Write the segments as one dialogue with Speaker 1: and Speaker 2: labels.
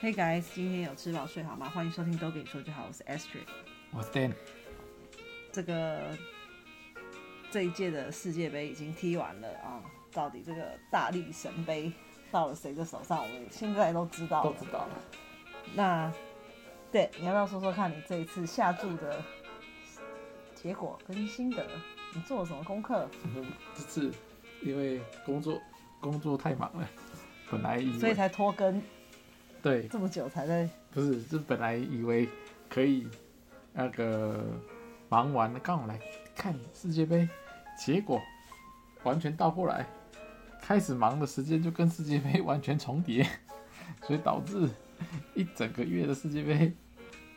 Speaker 1: Hey guys，今天有吃饱睡好吗？欢迎收听都给你说就好，我是 Astrid。
Speaker 2: 我 Stan，
Speaker 1: 这个这一届的世界杯已经踢完了啊，到底这个大力神杯到了谁的手上，我们现在都知道
Speaker 2: 都
Speaker 1: 了
Speaker 2: 知。道了。
Speaker 1: 那对，你要不要说说看你这一次下注的结果跟心得？你做了什么功课？
Speaker 2: 嗯这次因为工作工作太忙了，本来以为
Speaker 1: 所以才拖更
Speaker 2: 对，
Speaker 1: 这么久才在
Speaker 2: 不是，是本来以为可以那个忙完了刚好来看世界杯，结果完全倒过来，开始忙的时间就跟世界杯完全重叠， 所以导致一整个月的世界杯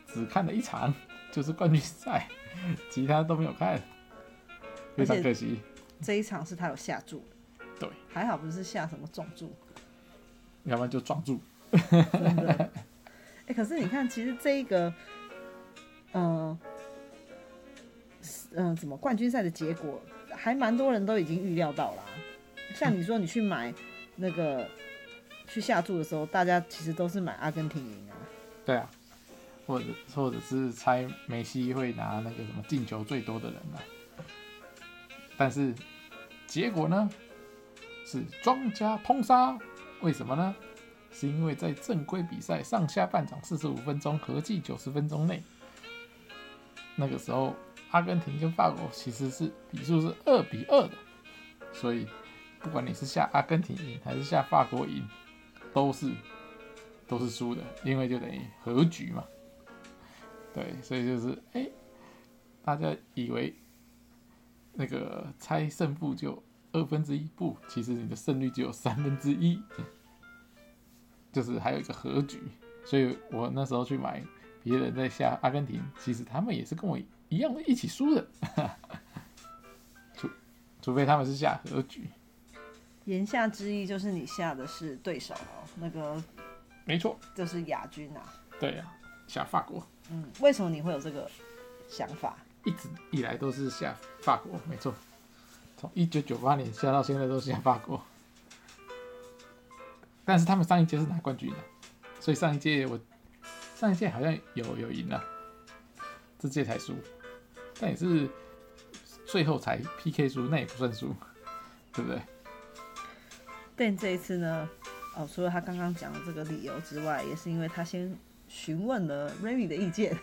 Speaker 2: 只看了一场，就是冠军赛，其他都没有看，非
Speaker 1: 而
Speaker 2: 常
Speaker 1: 且
Speaker 2: 可惜。
Speaker 1: 这一场是他有下注，
Speaker 2: 对，
Speaker 1: 还好不是下什么重注。
Speaker 2: 要不然就撞住。
Speaker 1: 真的。哎、可是你看，其实这一个，呃，嗯、呃，怎么冠军赛的结果，还蛮多人都已经预料到啦。像你说，你去买那个去下注的时候，大家其实都是买阿根廷赢啊。
Speaker 2: 对啊，或者或者是猜梅西会拿那个什么进球最多的人啊。但是结果呢是庄家通杀，为什么呢？是因为在正规比赛上下半场四十五分钟合计九十分钟内，那个时候阿根廷跟法国其实是比数是二比二的，所以不管你是下阿根廷赢还是下法国赢，都是都是输的，因为就等于和局嘛。对，所以就是哎、大家以为那个猜胜负就二分之一，不，其实你的胜率只有三分之一，就是还有一个和局。所以我那时候去买别人在下阿根廷，其实他们也是跟我一样一起输的， 除除非他们是下和局，
Speaker 1: 言下之意就是你下的是对手哦，那个
Speaker 2: 没错，
Speaker 1: 就是亚军啊。
Speaker 2: 对呀、下法国。
Speaker 1: 嗯，为什么你会有这个想法？
Speaker 2: 一直以来都是下法国，没错，从一九九八年下到现在都是下法国。但是他们上一届是拿冠军的，啊所以上一届我上一届好像有有赢了，这届才输，但也是最后才 PK 输，那也不算输，对不对？
Speaker 1: 但这一次呢，哦，除了他刚刚讲的这个理由之外，也是因为他先询问了 Remy 的意见。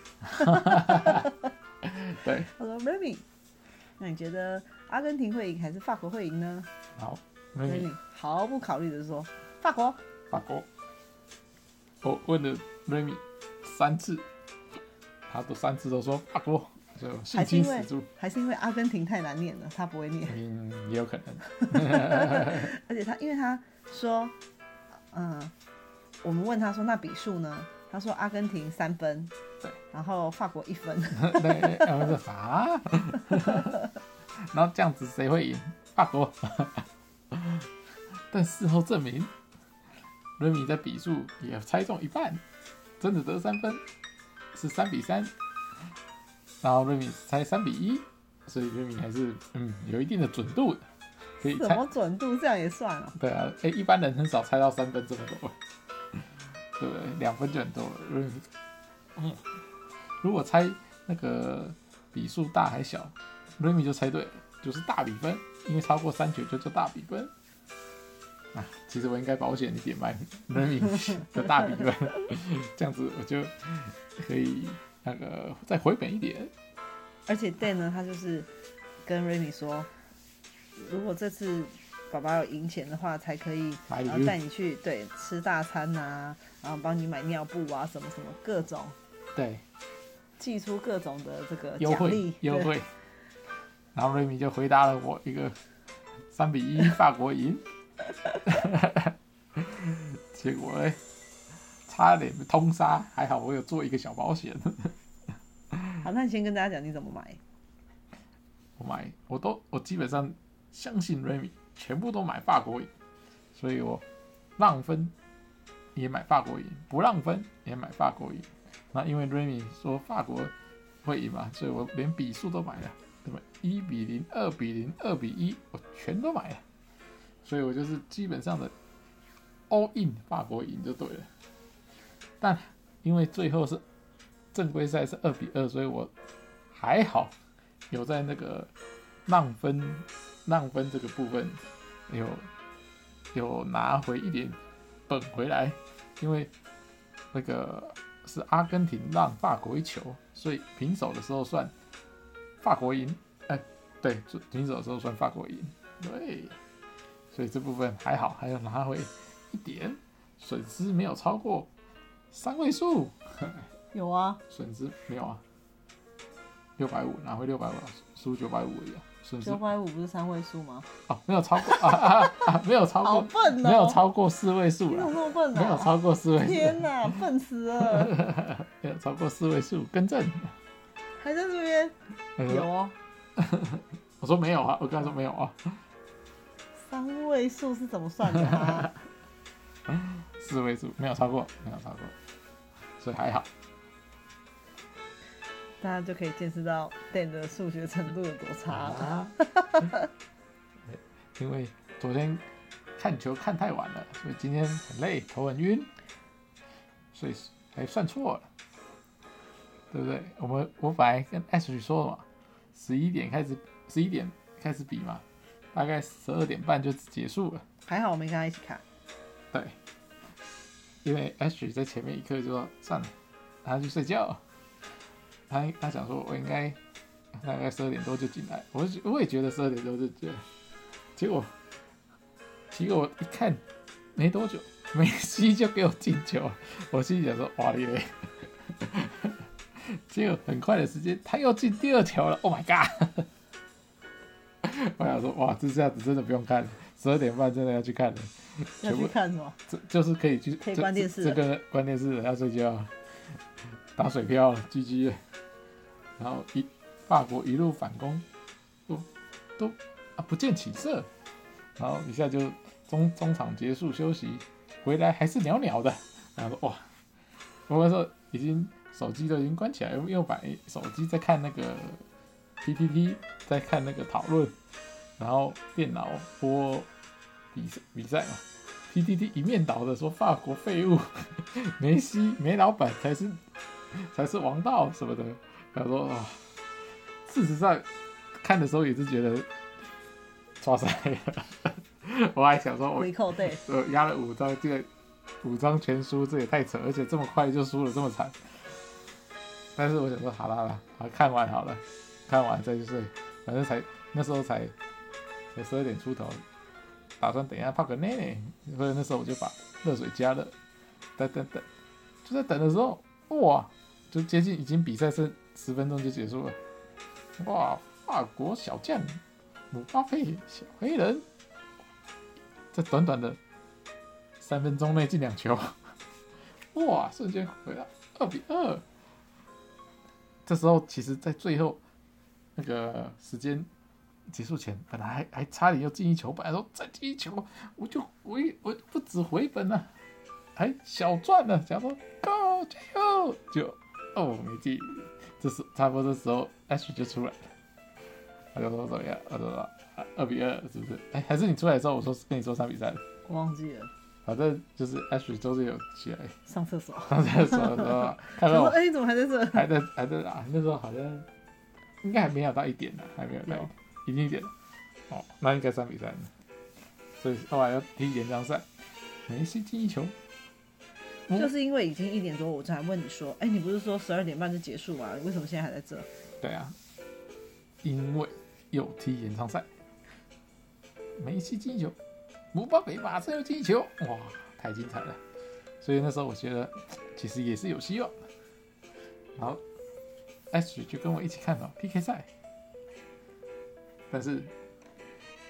Speaker 2: 对，
Speaker 1: 他说：“Remy，那你觉得阿根廷会赢还是法国会赢呢
Speaker 2: 好，那你
Speaker 1: ？”Remy 毫不考虑的说：“法国。
Speaker 2: 法国，我问了 Remy 三次，他都三次都说法国，所以我”信
Speaker 1: 还是因
Speaker 2: 心十
Speaker 1: 为
Speaker 2: 足。
Speaker 1: 还是因为阿根廷太难念了，他不会念，
Speaker 2: 嗯，也有可能。
Speaker 1: 而且他因为他说，嗯、我们问他说那比数呢？他说阿根廷三分，
Speaker 2: 对，
Speaker 1: 然后法国一分，
Speaker 2: 对，然后说啊， 然后这样子谁会赢？法国。 但事后证明，瑞米在比数也猜中一半，真的得三分，是三比三。然后瑞米猜三比一，所以瑞米还是嗯有一定的准度的，可以
Speaker 1: 什
Speaker 2: 猜
Speaker 1: 么准度这样也算了、
Speaker 2: 对啊，哎、一般人很少猜到三分这么多，对不对？两分就很多了。如果嗯，如果猜那个比数大还小，瑞米就猜对了，就是大比分，因为超过三九就叫大比分。啊，其实我应该保险一点买瑞米 的大比分，这样子我就可以那个再回本一点。
Speaker 1: 而且 Dan 呢，他就是跟 Remy 说，如果这次爸爸有赢钱的话，才可以
Speaker 2: 买礼
Speaker 1: 然
Speaker 2: 物
Speaker 1: 后带你去对吃大餐呐、然后帮你买尿布啊，什么什么各种，
Speaker 2: 对，
Speaker 1: 寄出各种的这个
Speaker 2: 优
Speaker 1: 奖
Speaker 2: 惠
Speaker 1: 励
Speaker 2: 优。
Speaker 1: 对
Speaker 2: 惠。然后瑞米就回答了我一个三比一法国赢， 结果哎，差点被通杀，还好我有做一个小保险，
Speaker 1: 好，那你先跟大家讲你怎么买。
Speaker 2: 我买我都我基本上相信瑞米，全部都买法国赢，所以我让分也买法国赢，不让分也买法国赢。那因为瑞米说法国会赢嘛，所以我连比数都买了，对吧？一比零、二比零、二比一，我全都买了，所以我就是基本上的 all in 法国赢就对了。但因为最后是正规赛是二比二，所以我还好有在那个浪分浪分这个部分有有拿回一点本回来，因为那个是阿根廷让法国一球，所以平手的时候算法国赢，哎、对，平手的时候算法国赢，对，所以这部分还好，还有拿回一点，损失没有超过三位数，
Speaker 1: 有啊，
Speaker 2: 损失没有啊，六百五拿回六百五，输九百五而已、啊，损失
Speaker 1: 九百五不是三位数吗？
Speaker 2: 哦，没有超过啊啊啊啊，没有超
Speaker 1: 好
Speaker 2: 过，
Speaker 1: 笨哦，
Speaker 2: 没有超过四位数
Speaker 1: 你怎么
Speaker 2: 啦，
Speaker 1: 那么笨
Speaker 2: 没有
Speaker 1: 啊？
Speaker 2: 超过四位数，
Speaker 1: 天哪，笨死 了，
Speaker 2: 没有超过四位数，更正。
Speaker 1: 还在这边
Speaker 2: 哎
Speaker 1: 有
Speaker 2: 呦
Speaker 1: 哦，
Speaker 2: 我说没有啊，我刚才说没有啊，
Speaker 1: 三位数是怎么算的啊？
Speaker 2: 四位数没有超过，没有超过，所以还好。
Speaker 1: 大家就可以见识到 Dan 的数学程度有多差了。
Speaker 2: 啊！哎因为昨天看球看太晚了，所以今天很累，头很晕，所以还算错了，对不对？我们我本来跟 Ash 说了嘛，十一点开始，十一点开始比嘛，大概十二点半就结束了。
Speaker 1: 还好我没跟他一起看，
Speaker 2: 对，因为 Ash 在前面一刻就说算了，他去睡觉。他他想说，我应该大概十二点多就进来，我就我也觉得十二点多就进来，结果结果一看没多久，梅西就给我进球，我心里想说哇嘞嘞， 结果很快的时间他又进第二球了，Oh my god！我想说哇，这下子真的不用看了，十二点半真的要去看了。
Speaker 1: 要
Speaker 2: 全部
Speaker 1: 去看什么？
Speaker 2: 这就是可以去
Speaker 1: 可以
Speaker 2: 这
Speaker 1: 关电视
Speaker 2: 这
Speaker 1: 了
Speaker 2: 这个关电视了要睡觉了，打水漂了，GG 了。然后一法国一路反攻，都都啊不见起色，然后一下就中中场结束休息，回来还是袅袅的。然后说哇，我那时候已经手机都已经关起来了，又又把手机在看那个 PPT，在看那个讨论，然后电脑播比赛比赛嘛。PDD 一面倒的说法国废物，梅西梅老板才是才是王道什么的。他说啊，事实上看的时候也是觉得抓塞 了，我还想说我
Speaker 1: 回扣 day，
Speaker 2: 呃，压了五张，这个五张全输，这也太扯，而且这么快就输了，这么惨。但是我想说，好了好了，好看完好了，看完再去睡，反正才那时候才才十二点出头，打算等一下泡个内内，所以那时候我就把热水加热，等等等，就在等的时候，哇，就接近已经比赛剩十分钟就结束了，哇，法国小将姆巴佩小黑人，在短短的三分钟内进两球，哇！瞬间回来二比二。这时候，其实，在最后那个时间结束前，本来还还差点要进一球，本来说再进一球，我就回我不止回本了，还小赚了，想说 go 加油，就哦没进。这是差不多这时候，H 就出来了，他就说怎么样？他就说啊二比二是不是？哎，还是你出来的时候，我说跟你说三比三。
Speaker 1: 我忘记了，
Speaker 2: 反正就是 Ash 都是有起来，
Speaker 1: 上厕所。
Speaker 2: 刚才说的时候，
Speaker 1: 他
Speaker 2: 看到
Speaker 1: 说：“
Speaker 2: 我
Speaker 1: 哎、你怎么还在这？
Speaker 2: 还在还在打，那时候好像应该还没有到一点呢，啊还没有到一点，已经一点了。哦，那应该三比三了。所以后来要踢延长赛，梅西进一球，嗯
Speaker 1: 就是因为已经一点多，我才问你说，哎、你不是说十二点半就结束吗？你为什么现在还在这？
Speaker 2: 对啊，因为又踢延长赛，梅西进一球，姆巴佩马上又进一球，哇，太精彩了！所以那时候我觉得其实也是有希望的。然后 H 就跟我一起看了 PK 赛，但是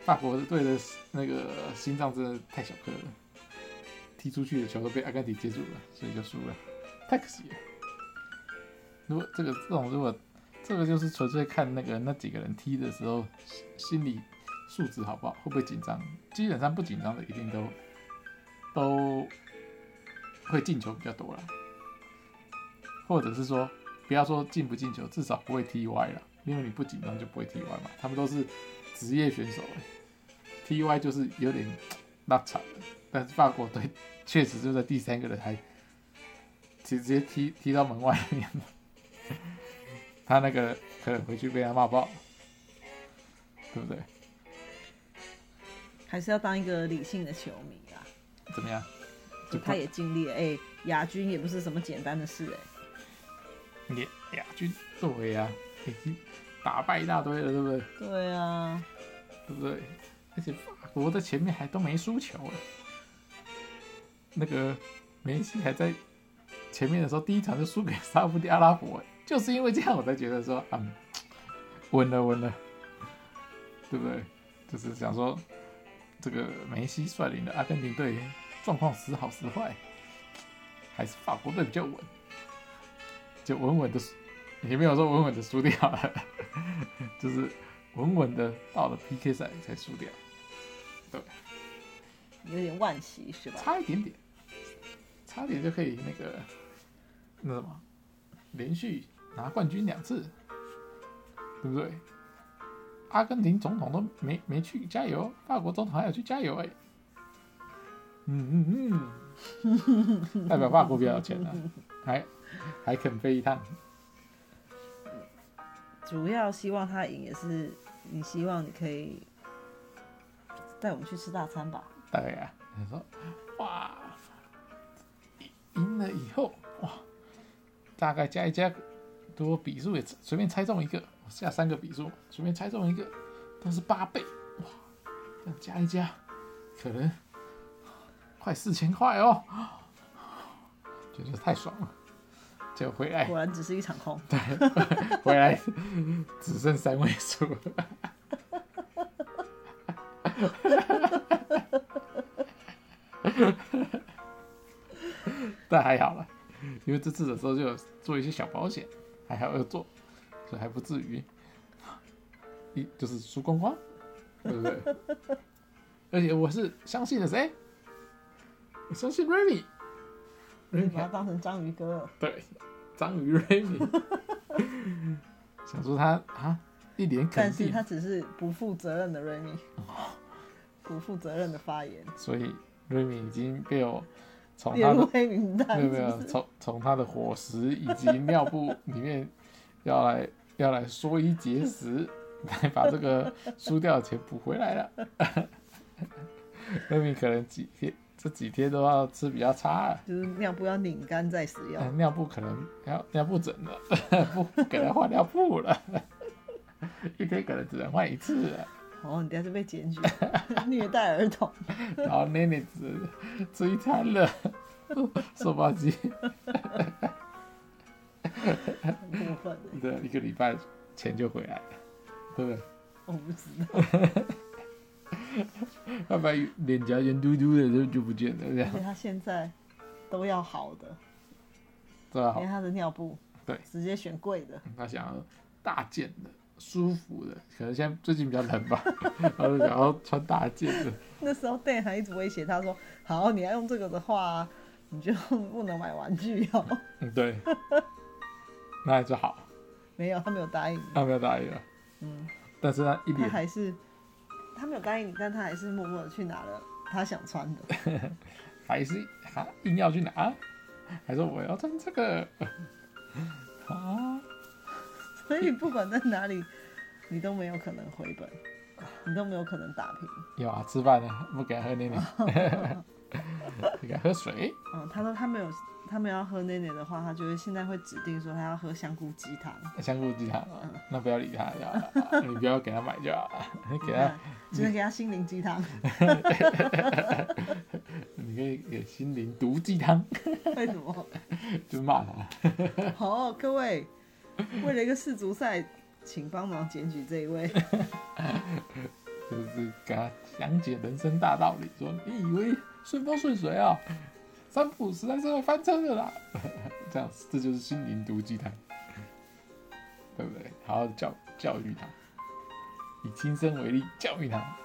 Speaker 2: 法国队的那个心脏真的太小颗了，踢出去的球都被阿根廷接住了，所以就输了，太可惜了。如果这个这种如果这个就是纯粹看那个那几个人踢的时候心心理素质好不好，会不会紧张？基本上不紧张的一定都都会进球比较多了，或者是说不要说进不进球，至少不会踢歪了，因为你不紧张就不会踢歪嘛。他们都是职业选手、欸，踢歪就是有点拉惨了。但是法国队确实就在第三个人还直直接踢踢到门外面了。他那个可能回去被他骂爆，对不对？
Speaker 1: 还是要当一个理性的球迷啦。
Speaker 2: 怎么样？
Speaker 1: 就
Speaker 2: 就
Speaker 1: 他
Speaker 2: 不
Speaker 1: 也尽力了，哎、亚军也不是什么简单的事、哎。
Speaker 2: 也亚军对呀、已经打败一大堆了，对不对？
Speaker 1: 对啊，
Speaker 2: 对不对？而且法国在前面还都没输球哎，那个梅西还在前面的时候，第一场就输给沙特阿拉伯哎，就是因为这样我才觉得说，嗯，稳了稳了，对不对？就是想说，这个梅西率领的阿根廷队状况时好时坏，还是法国队比较稳，就稳稳的，也没有说稳稳的输掉了， 就是稳稳的到了 PK 赛才输掉，
Speaker 1: 有点惋惜是吧？
Speaker 2: 差一点点，差点就可以那个那什么，连续拿冠军两次，对不对？阿根廷总统都没没去加油，法国总统还有去加油哎、嗯嗯嗯，代表法国比较有钱啊，还还肯飞一趟，
Speaker 1: 主要希望他赢也是你希望你可以带我们去吃大餐吧？
Speaker 2: 对啊，他说哇，赢了以后哇，大概加一加，如果比数也随便猜中一个，我下三个比数，随便猜中一个都是八倍哇，这样加一加，可能快四千块哦，觉得太爽了，就回来
Speaker 1: 果然只是一场空。
Speaker 2: 回来只剩三位数了。但还好了，因为这次的时候就有做一些小保险，还好要做，所以还不至于一就是输光光，对不对？而且我是相信了谁？我相信 Remy，
Speaker 1: 你
Speaker 2: 嗯
Speaker 1: 把它当成章鱼哥了，
Speaker 2: 对，章鱼 Remy，想说他啊，一脸肯
Speaker 1: 但是
Speaker 2: 定
Speaker 1: 他，只是不负责任的 Remy，不负责任的发言，
Speaker 2: 所以 Remy 已经被我从
Speaker 1: 列
Speaker 2: 哦他
Speaker 1: 入
Speaker 2: 的
Speaker 1: 黑名单是
Speaker 2: 没有
Speaker 1: 不
Speaker 2: 没有
Speaker 1: 是？
Speaker 2: 从从他的伙食以及尿布里面要来要来说一节食，来把这个输掉的钱补回来了。Remy 可能几天这几天都要吃比较差了。
Speaker 1: 就是尿布要拧干再使
Speaker 2: 呃
Speaker 1: 用，
Speaker 2: 尿布可能尿尿布疹了， 不不给他换尿布了， 一天可能只能换一次了。
Speaker 1: 哦，你等下就被检 举虐待儿童，
Speaker 2: 然后那那只吃一餐了， 瘦吧唧
Speaker 1: 很过分欸，
Speaker 2: 的一个礼拜前就回来了，对不对？
Speaker 1: 我不知道。
Speaker 2: 要不然脸颊圆嘟嘟的就就不见了，这样
Speaker 1: 而且他现在都要好的，
Speaker 2: 对吧？
Speaker 1: 你看他的尿布，
Speaker 2: 对
Speaker 1: 直接选贵的，
Speaker 2: 他想要大件的、舒服的，可能现在最近比较冷吧，然后就想要穿大件的。
Speaker 1: 那时候 Dan 还一直威胁他说：“好，你要用这个的话，啊你就不能买玩具哦。
Speaker 2: 嗯，对，那就好，”
Speaker 1: 没有，他没有答应。
Speaker 2: 那没有答应了。
Speaker 1: 嗯，
Speaker 2: 但是他一
Speaker 1: 他
Speaker 2: 脸
Speaker 1: 还是他没有答应你，但他还是默默的去拿了他想穿的。
Speaker 2: 还是还硬要去拿，还说我要穿这个啊，
Speaker 1: 所以不管在哪里，你都没有可能回本，你都没有可能打平。
Speaker 2: 有啊，吃饭呢，不给他喝奶 奶，给他喝水，
Speaker 1: 嗯，他说他没有，他们要喝奶奶的话，他就会现在会指定说他要喝香菇鸡汤。
Speaker 2: 香菇鸡汤，那不要理他就好了，你不要给他买就好了，你给他，
Speaker 1: 只能给他心灵鸡汤，
Speaker 2: 你可以给心灵毒鸡汤，
Speaker 1: 为什么？
Speaker 2: 就骂他，
Speaker 1: 好，各位，为了一个世足赛，请帮忙检举这一位。
Speaker 2: 就是给他讲解人生大道理，说你以为顺风顺水 啊，三不五时还是会翻车的啦， 这样这就是心灵毒鸡汤，对不对？好好地教教育他，以亲身为例教育他，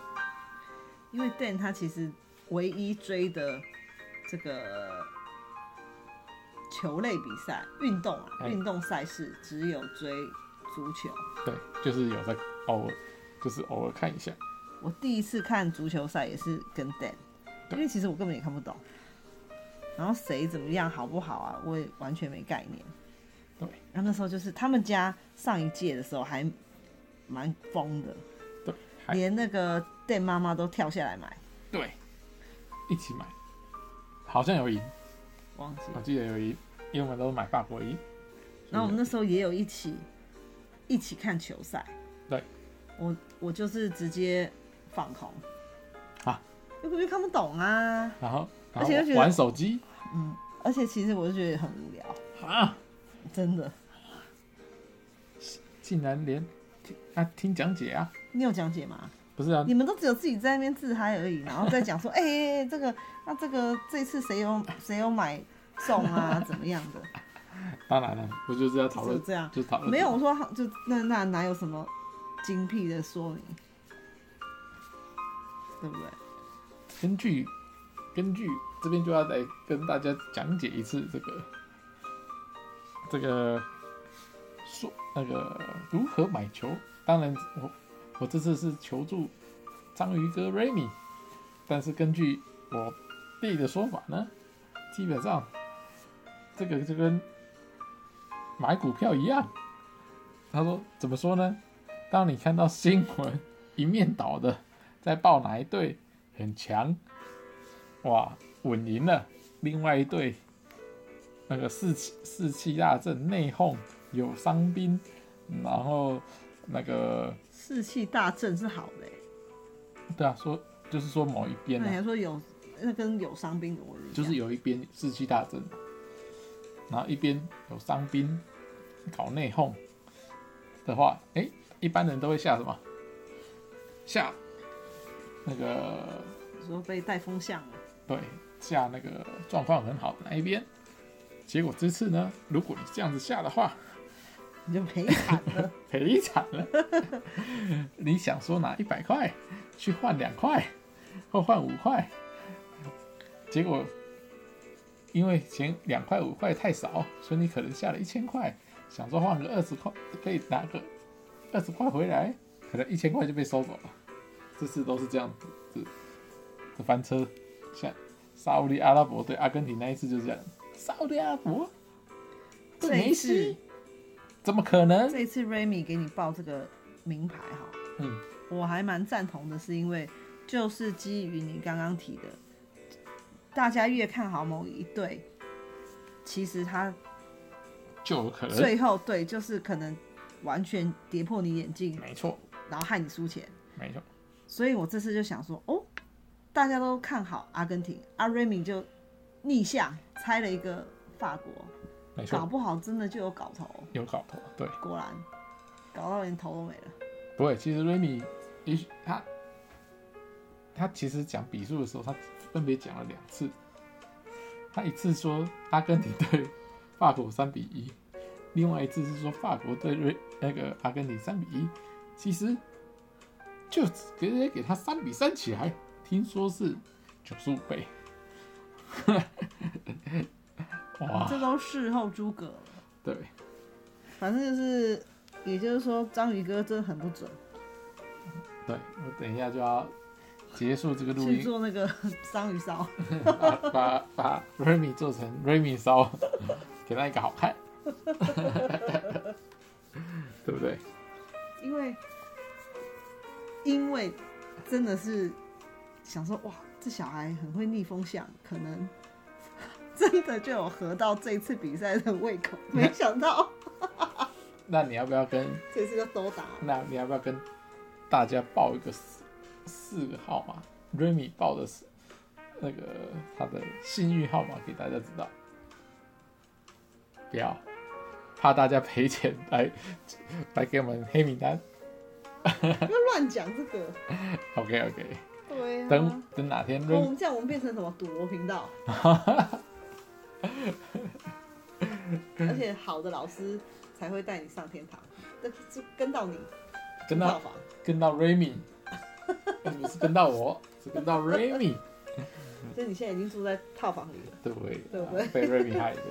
Speaker 1: 因为 Dan 他其实唯一追的这个球类比赛、运动啊、
Speaker 2: 哎
Speaker 1: 运动赛事，只有追足球。
Speaker 2: 对，就是有在偶尔，就是偶尔看一下。
Speaker 1: 我第一次看足球赛也是跟 Dan，
Speaker 2: 对
Speaker 1: 因为其实我根本也看不懂。然后谁怎么样好不好啊，我也完全没概念。
Speaker 2: 对，
Speaker 1: 然后那时候就是他们家上一届的时候还蛮疯的，
Speaker 2: 对，还
Speaker 1: 连那个店妈妈都跳下来买，
Speaker 2: 对，一起买，好像有赢，
Speaker 1: 忘记了
Speaker 2: 我。记得有赢，因为我们都买法国赢。
Speaker 1: 然后我
Speaker 2: 嗯
Speaker 1: 们那时候也有一起一起看球赛。
Speaker 2: 对，
Speaker 1: 我我就是直接放空
Speaker 2: 啊，
Speaker 1: 因为看不懂啊，
Speaker 2: 然后然
Speaker 1: 而且就觉
Speaker 2: 后
Speaker 1: 得
Speaker 2: 玩手机
Speaker 1: 嗯，而且其实我就觉得很无聊，
Speaker 2: 啊，
Speaker 1: 真的。
Speaker 2: 竟然连听啊听讲解啊，
Speaker 1: 你有讲解吗？
Speaker 2: 不是啊，
Speaker 1: 你们都只有自己在那边自嗨而已，然后再讲说，哎、 这个那这个这次谁有谁有买送啊，怎么样的，
Speaker 2: 当然了，不就是要讨
Speaker 1: 就是
Speaker 2: 论，
Speaker 1: 这样。
Speaker 2: 就是讨论
Speaker 1: 没有，我说就那那哪有什么精辟的说明，对不对？
Speaker 2: 根据根据这边就要来跟大家讲解一次这个这个说那个如何买球。当然我，我这次是求助章鱼哥 Remy，但是根据我弟的说法呢，基本上这个就跟买股票一样。他说怎么说呢？当你看到新闻一面倒的在报哪一队很强，哇，稳赢了。另外一队那个士气士气大振，内讧，有伤兵，然后那个
Speaker 1: 士气大振是好的欸、
Speaker 2: 对啊，说就是说某一边
Speaker 1: 那你
Speaker 2: 呢、
Speaker 1: 还说有那跟有伤兵有关系啊
Speaker 2: 就是有一边士气大振，然后一边有伤兵搞内讧的话，哎、一般人都会下什么？下那个
Speaker 1: 说被带风向啊了，
Speaker 2: 对，下那个状况很好的那一边。结果这次呢，如果你这样子下的话，
Speaker 1: 你就赔惨 了。
Speaker 2: 赔惨了。 你想说拿一百块去换两块，或换五块，结果因为前两块五块太少，所以你可能下了一千块，想说换个二十块可以拿个二十块回来，可能一千块就被收走了。这次都是这样子的翻车，像沙烏地阿拉伯对阿根廷那一次就是这样，沙烏地阿拉伯对
Speaker 1: 这
Speaker 2: 梅
Speaker 1: 一次
Speaker 2: 西，怎么可能？
Speaker 1: 这一次 Remy 给你报这个名牌哈，
Speaker 2: 嗯，
Speaker 1: 我还蛮赞同的，是因为就是基于你刚刚提的，大家越看好某一队，其实他
Speaker 2: 就有可能。
Speaker 1: 最后对就是可能完全跌破你眼镜，
Speaker 2: 没错，
Speaker 1: 然后害你输钱。
Speaker 2: 没错，
Speaker 1: 所以我这次就想说，哦，大家都看好阿根廷，阿 Remy 就逆向猜了一个法国。
Speaker 2: 没
Speaker 1: 搞
Speaker 2: 错，
Speaker 1: 不好真的就有搞头。
Speaker 2: 有搞头。对，
Speaker 1: 果然，搞到连头都没了。
Speaker 2: 不会，其实瑞米，也许他他其实讲比数的时候，他分别讲了两次。他一次说阿根廷对法国三比一，另外一次是说法国对瑞那个阿根廷三比一。其实就直接给他三比三起来，听说是九十五倍。 哇，
Speaker 1: 这都事后诸葛了。
Speaker 2: 对，
Speaker 1: 反正就是，也就是说，章鱼哥真的很不准，
Speaker 2: 对我等一下就要结束这个录
Speaker 1: 去
Speaker 2: 音，
Speaker 1: 做那个 章鱼烧。
Speaker 2: 把把把 Remy 做成 Remy 烧， 给他一个好看， 对不对？
Speaker 1: 因为，因为真的是想说，哇，这小孩很会逆风向，可能真的就有合到这次比赛的胃口。 没想到
Speaker 2: 那你要不要跟
Speaker 1: 这次就都打了。
Speaker 2: 那你要不要跟大家报一个四四个号码？Remy 报的是那个他的幸运号码给大家知道，不要怕大家赔钱来来给我们黑名单。
Speaker 1: 不要乱讲这个。
Speaker 2: OK OK，
Speaker 1: 对啊。
Speaker 2: 等等哪天
Speaker 1: 哦
Speaker 2: Remy
Speaker 1: 我们这样，我们变成什么赌博频道？ 而且好的老师才会带你上天堂，但是跟到你，
Speaker 2: 跟
Speaker 1: 不
Speaker 2: 到
Speaker 1: 到吧
Speaker 2: 跟到 Remy，不是跟到我，是跟到 Remy，
Speaker 1: 就你现在已经住在套房里了，
Speaker 2: 对不对？
Speaker 1: 对不对
Speaker 2: 被 Remy 害的，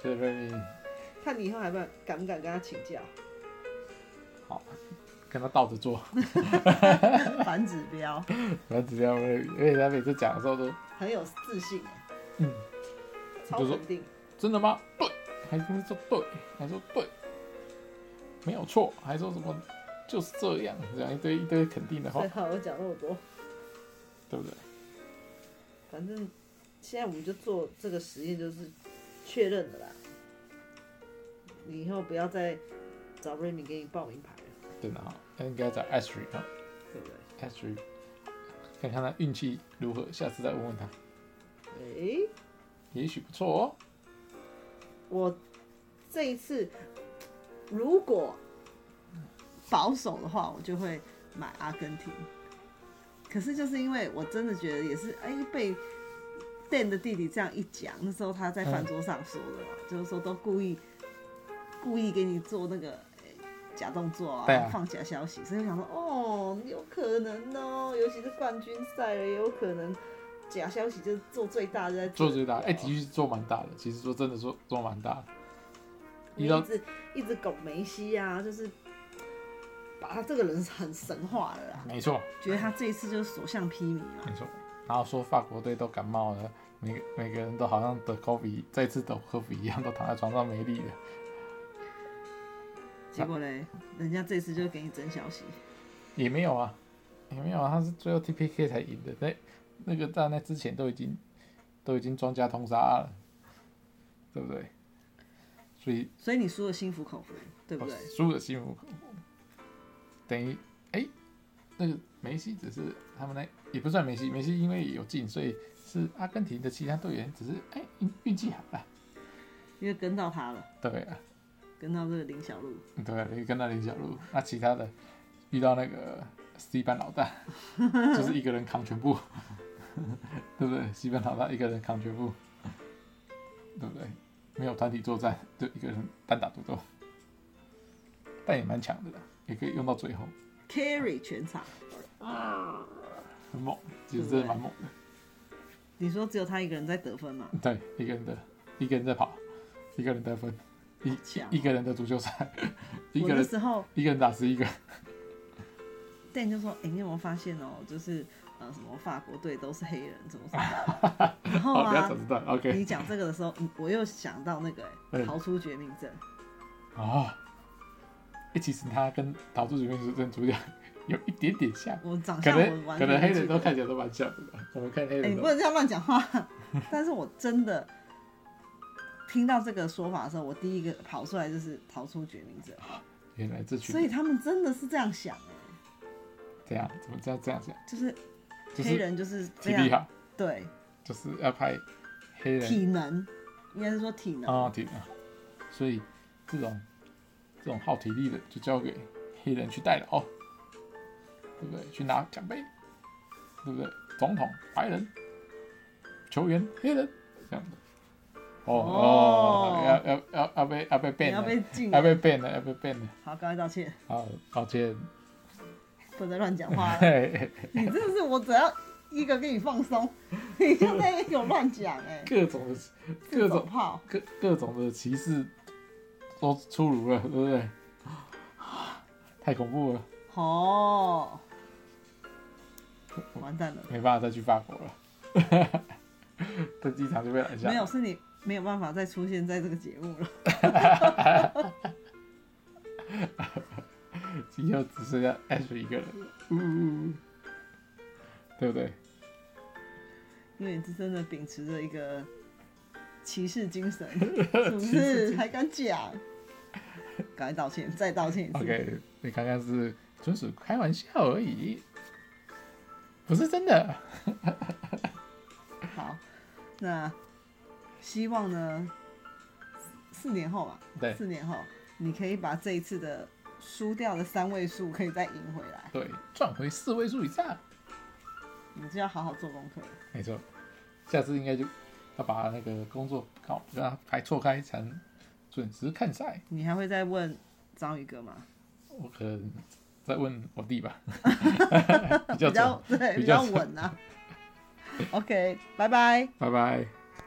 Speaker 2: 所以 Remy
Speaker 1: 看你以后还敢敢不敢跟他请教？
Speaker 2: 好，跟他倒着做，
Speaker 1: 反指标，
Speaker 2: 然后只要 Remy，而且他每次讲的时候都
Speaker 1: 很有自信。啊
Speaker 2: 嗯，
Speaker 1: 超
Speaker 2: 就是
Speaker 1: 肯定。
Speaker 2: 真的吗？对，还不是说对，还说对，没有错，还说什么就是这样，这样一堆一堆肯定的话
Speaker 1: 还，好我讲那么多，
Speaker 2: 对不对？
Speaker 1: 反正现在我们就做这个实验，就是确认的啦。你以后不要再找瑞米给你报名牌了，
Speaker 2: 真的哈，那应该找 Ashley 啊
Speaker 1: 对不对？
Speaker 2: ，Ashley，看看他运气如何，下次再问问他，
Speaker 1: 诶、
Speaker 2: 也许不错哦。
Speaker 1: 我这一次如果保守的话，我就会买阿根廷。可是就是因为我真的觉得也是，哎、被 Dan 的弟弟这样一讲，那时候他在饭桌上说的嘛，
Speaker 2: 嗯
Speaker 1: 就是说都故意故意给你做那个。哎假动作啊，
Speaker 2: 对啊
Speaker 1: 放假消息，所以我想说，哦，有可能哦，尤其是冠军赛了，也有可能假消息就是做最大，就在
Speaker 2: 做
Speaker 1: 这
Speaker 2: 最大，
Speaker 1: 里
Speaker 2: 哎、
Speaker 1: 哦
Speaker 2: 的确是做蛮大的。其实说真的做做蛮大的。
Speaker 1: 一
Speaker 2: 一到
Speaker 1: 直一直拱梅西啊，就是把他这个人 很神化了啦，
Speaker 2: 没错，
Speaker 1: 觉得他这一次就是所向披靡嘛
Speaker 2: 没。错。然后说法国队都感冒了，每个每个人都好像得 COVID，再次得 COVID 一样，都躺在床上没力了。
Speaker 1: 结果嘞，人家这次就给你真消息，
Speaker 2: 也没有啊，也没有啊，他是最后 TPK 才赢的。那那个在那之前都已经都已经庄家通杀了，对不对？所以
Speaker 1: 所以你输的心服口服，对不
Speaker 2: 我
Speaker 1: 对？
Speaker 2: 输的心服口服，等于哎、那个梅西只是他们那也不算梅西，梅西因为有进，所以是阿根廷的其他队员只是哎运运气好啊，
Speaker 1: 因为跟到他了，
Speaker 2: 对啊，
Speaker 1: 跟到这个林小璐，
Speaker 2: 对啊，跟到林小璐，那其他的遇到那个西班老 大，就是一个人扛全部， 对不对？西班老大一个人扛全部，对不对？没有团体作战，就一个人单打独斗，但也蛮强的啦，也可以用到最后。
Speaker 1: carry 全场。
Speaker 2: 很猛，其实真的蛮猛的。
Speaker 1: 你说只有他一个人在得分嘛？
Speaker 2: 对，一个人的，一个人在跑，一个人得分，一
Speaker 1: 好强哦
Speaker 2: 一个人的足球赛，一
Speaker 1: 我
Speaker 2: 个
Speaker 1: 那
Speaker 2: 人
Speaker 1: 时候
Speaker 2: 一个人打十一个，
Speaker 1: Dan 就说：“哎、你有没有发现哦、就是呃什么法国队都是黑人，什么什么 的。”然后
Speaker 2: 好，哦不要
Speaker 1: 啊
Speaker 2: 早，知道
Speaker 1: 你
Speaker 2: ，OK，
Speaker 1: 讲这个的时候，嗯我又想到那个、欸
Speaker 2: 嗯
Speaker 1: 逃出绝命镇。
Speaker 2: 哦，哎，其实他跟逃出绝命镇主角有一点点像，
Speaker 1: 我长
Speaker 2: 可
Speaker 1: 相我
Speaker 2: 能
Speaker 1: 完
Speaker 2: 可
Speaker 1: 全
Speaker 2: 能黑
Speaker 1: 不记
Speaker 2: 人都
Speaker 1: 得
Speaker 2: 看起来都蛮像的吧，我们看黑
Speaker 1: 哎、
Speaker 2: 人
Speaker 1: 你
Speaker 2: 都
Speaker 1: 不能这样乱讲话。但是我真的听到这个说法的时候，我第一个跑出来就是逃出绝命镇，
Speaker 2: 原来这群
Speaker 1: 所以
Speaker 2: 人
Speaker 1: 他们真的是这样想哎、
Speaker 2: 这样怎么这样这样想，
Speaker 1: 就是
Speaker 2: 就
Speaker 1: 黑
Speaker 2: 是
Speaker 1: 人就是这
Speaker 2: 体力
Speaker 1: 样，
Speaker 2: 好，
Speaker 1: 对，
Speaker 2: 就是要拍黑人
Speaker 1: 体能应该是说体能，
Speaker 2: 啊，体能。所以这种这种耗体力的，就交给黑人去代劳，对不对？去拿奖杯，对不对？总统白人，球员黑人，这样子。哦
Speaker 1: 哦
Speaker 2: 哦，要要要要被要被
Speaker 1: 你
Speaker 2: ban
Speaker 1: 要
Speaker 2: 了，
Speaker 1: 被禁了
Speaker 2: 要，被 ban 了，要被 ban 了。
Speaker 1: 好，赶快道歉，
Speaker 2: 好，抱歉。
Speaker 1: 不能再乱讲话了。
Speaker 2: 嘿嘿嘿
Speaker 1: 你真的是我只要一个给你放松， 你就在那边给我乱讲哎，
Speaker 2: 各种的各
Speaker 1: 自走
Speaker 2: 种
Speaker 1: 炮，
Speaker 2: 各各种的歧视都出炉了，对不对？ 太恐怖了，
Speaker 1: 哦，完蛋了。
Speaker 2: 没办法再去法国了， 在机场就被拦下。
Speaker 1: 没有，是你没有办法再出现在这个节 目了。
Speaker 2: 以后只剩下 Ash 一个人了，呜呜呜，对不对？
Speaker 1: 因为你是真的秉持着一个 骑士精神，是不是？还敢讲？赶快道歉，再道歉一次。
Speaker 2: OK，你刚刚是纯属开玩笑而已，不是真的。
Speaker 1: 好，那希望呢，四年后吧，
Speaker 2: 对
Speaker 1: 四年后你可以把这一次的输掉的三位数可以再赢回来，
Speaker 2: 对，赚回四位数以上，
Speaker 1: 你就要好好做功课了。
Speaker 2: 没错。下次应该就要把那个工作搞让它排错开，才能准时看赛。
Speaker 1: 你还会再问章鱼哥吗？
Speaker 2: 我可能再问我弟 吧，比较
Speaker 1: 比较
Speaker 2: 准。
Speaker 1: 对，比
Speaker 2: 比
Speaker 1: 较
Speaker 2: 较
Speaker 1: 稳啊。OK，拜拜。
Speaker 2: 拜拜。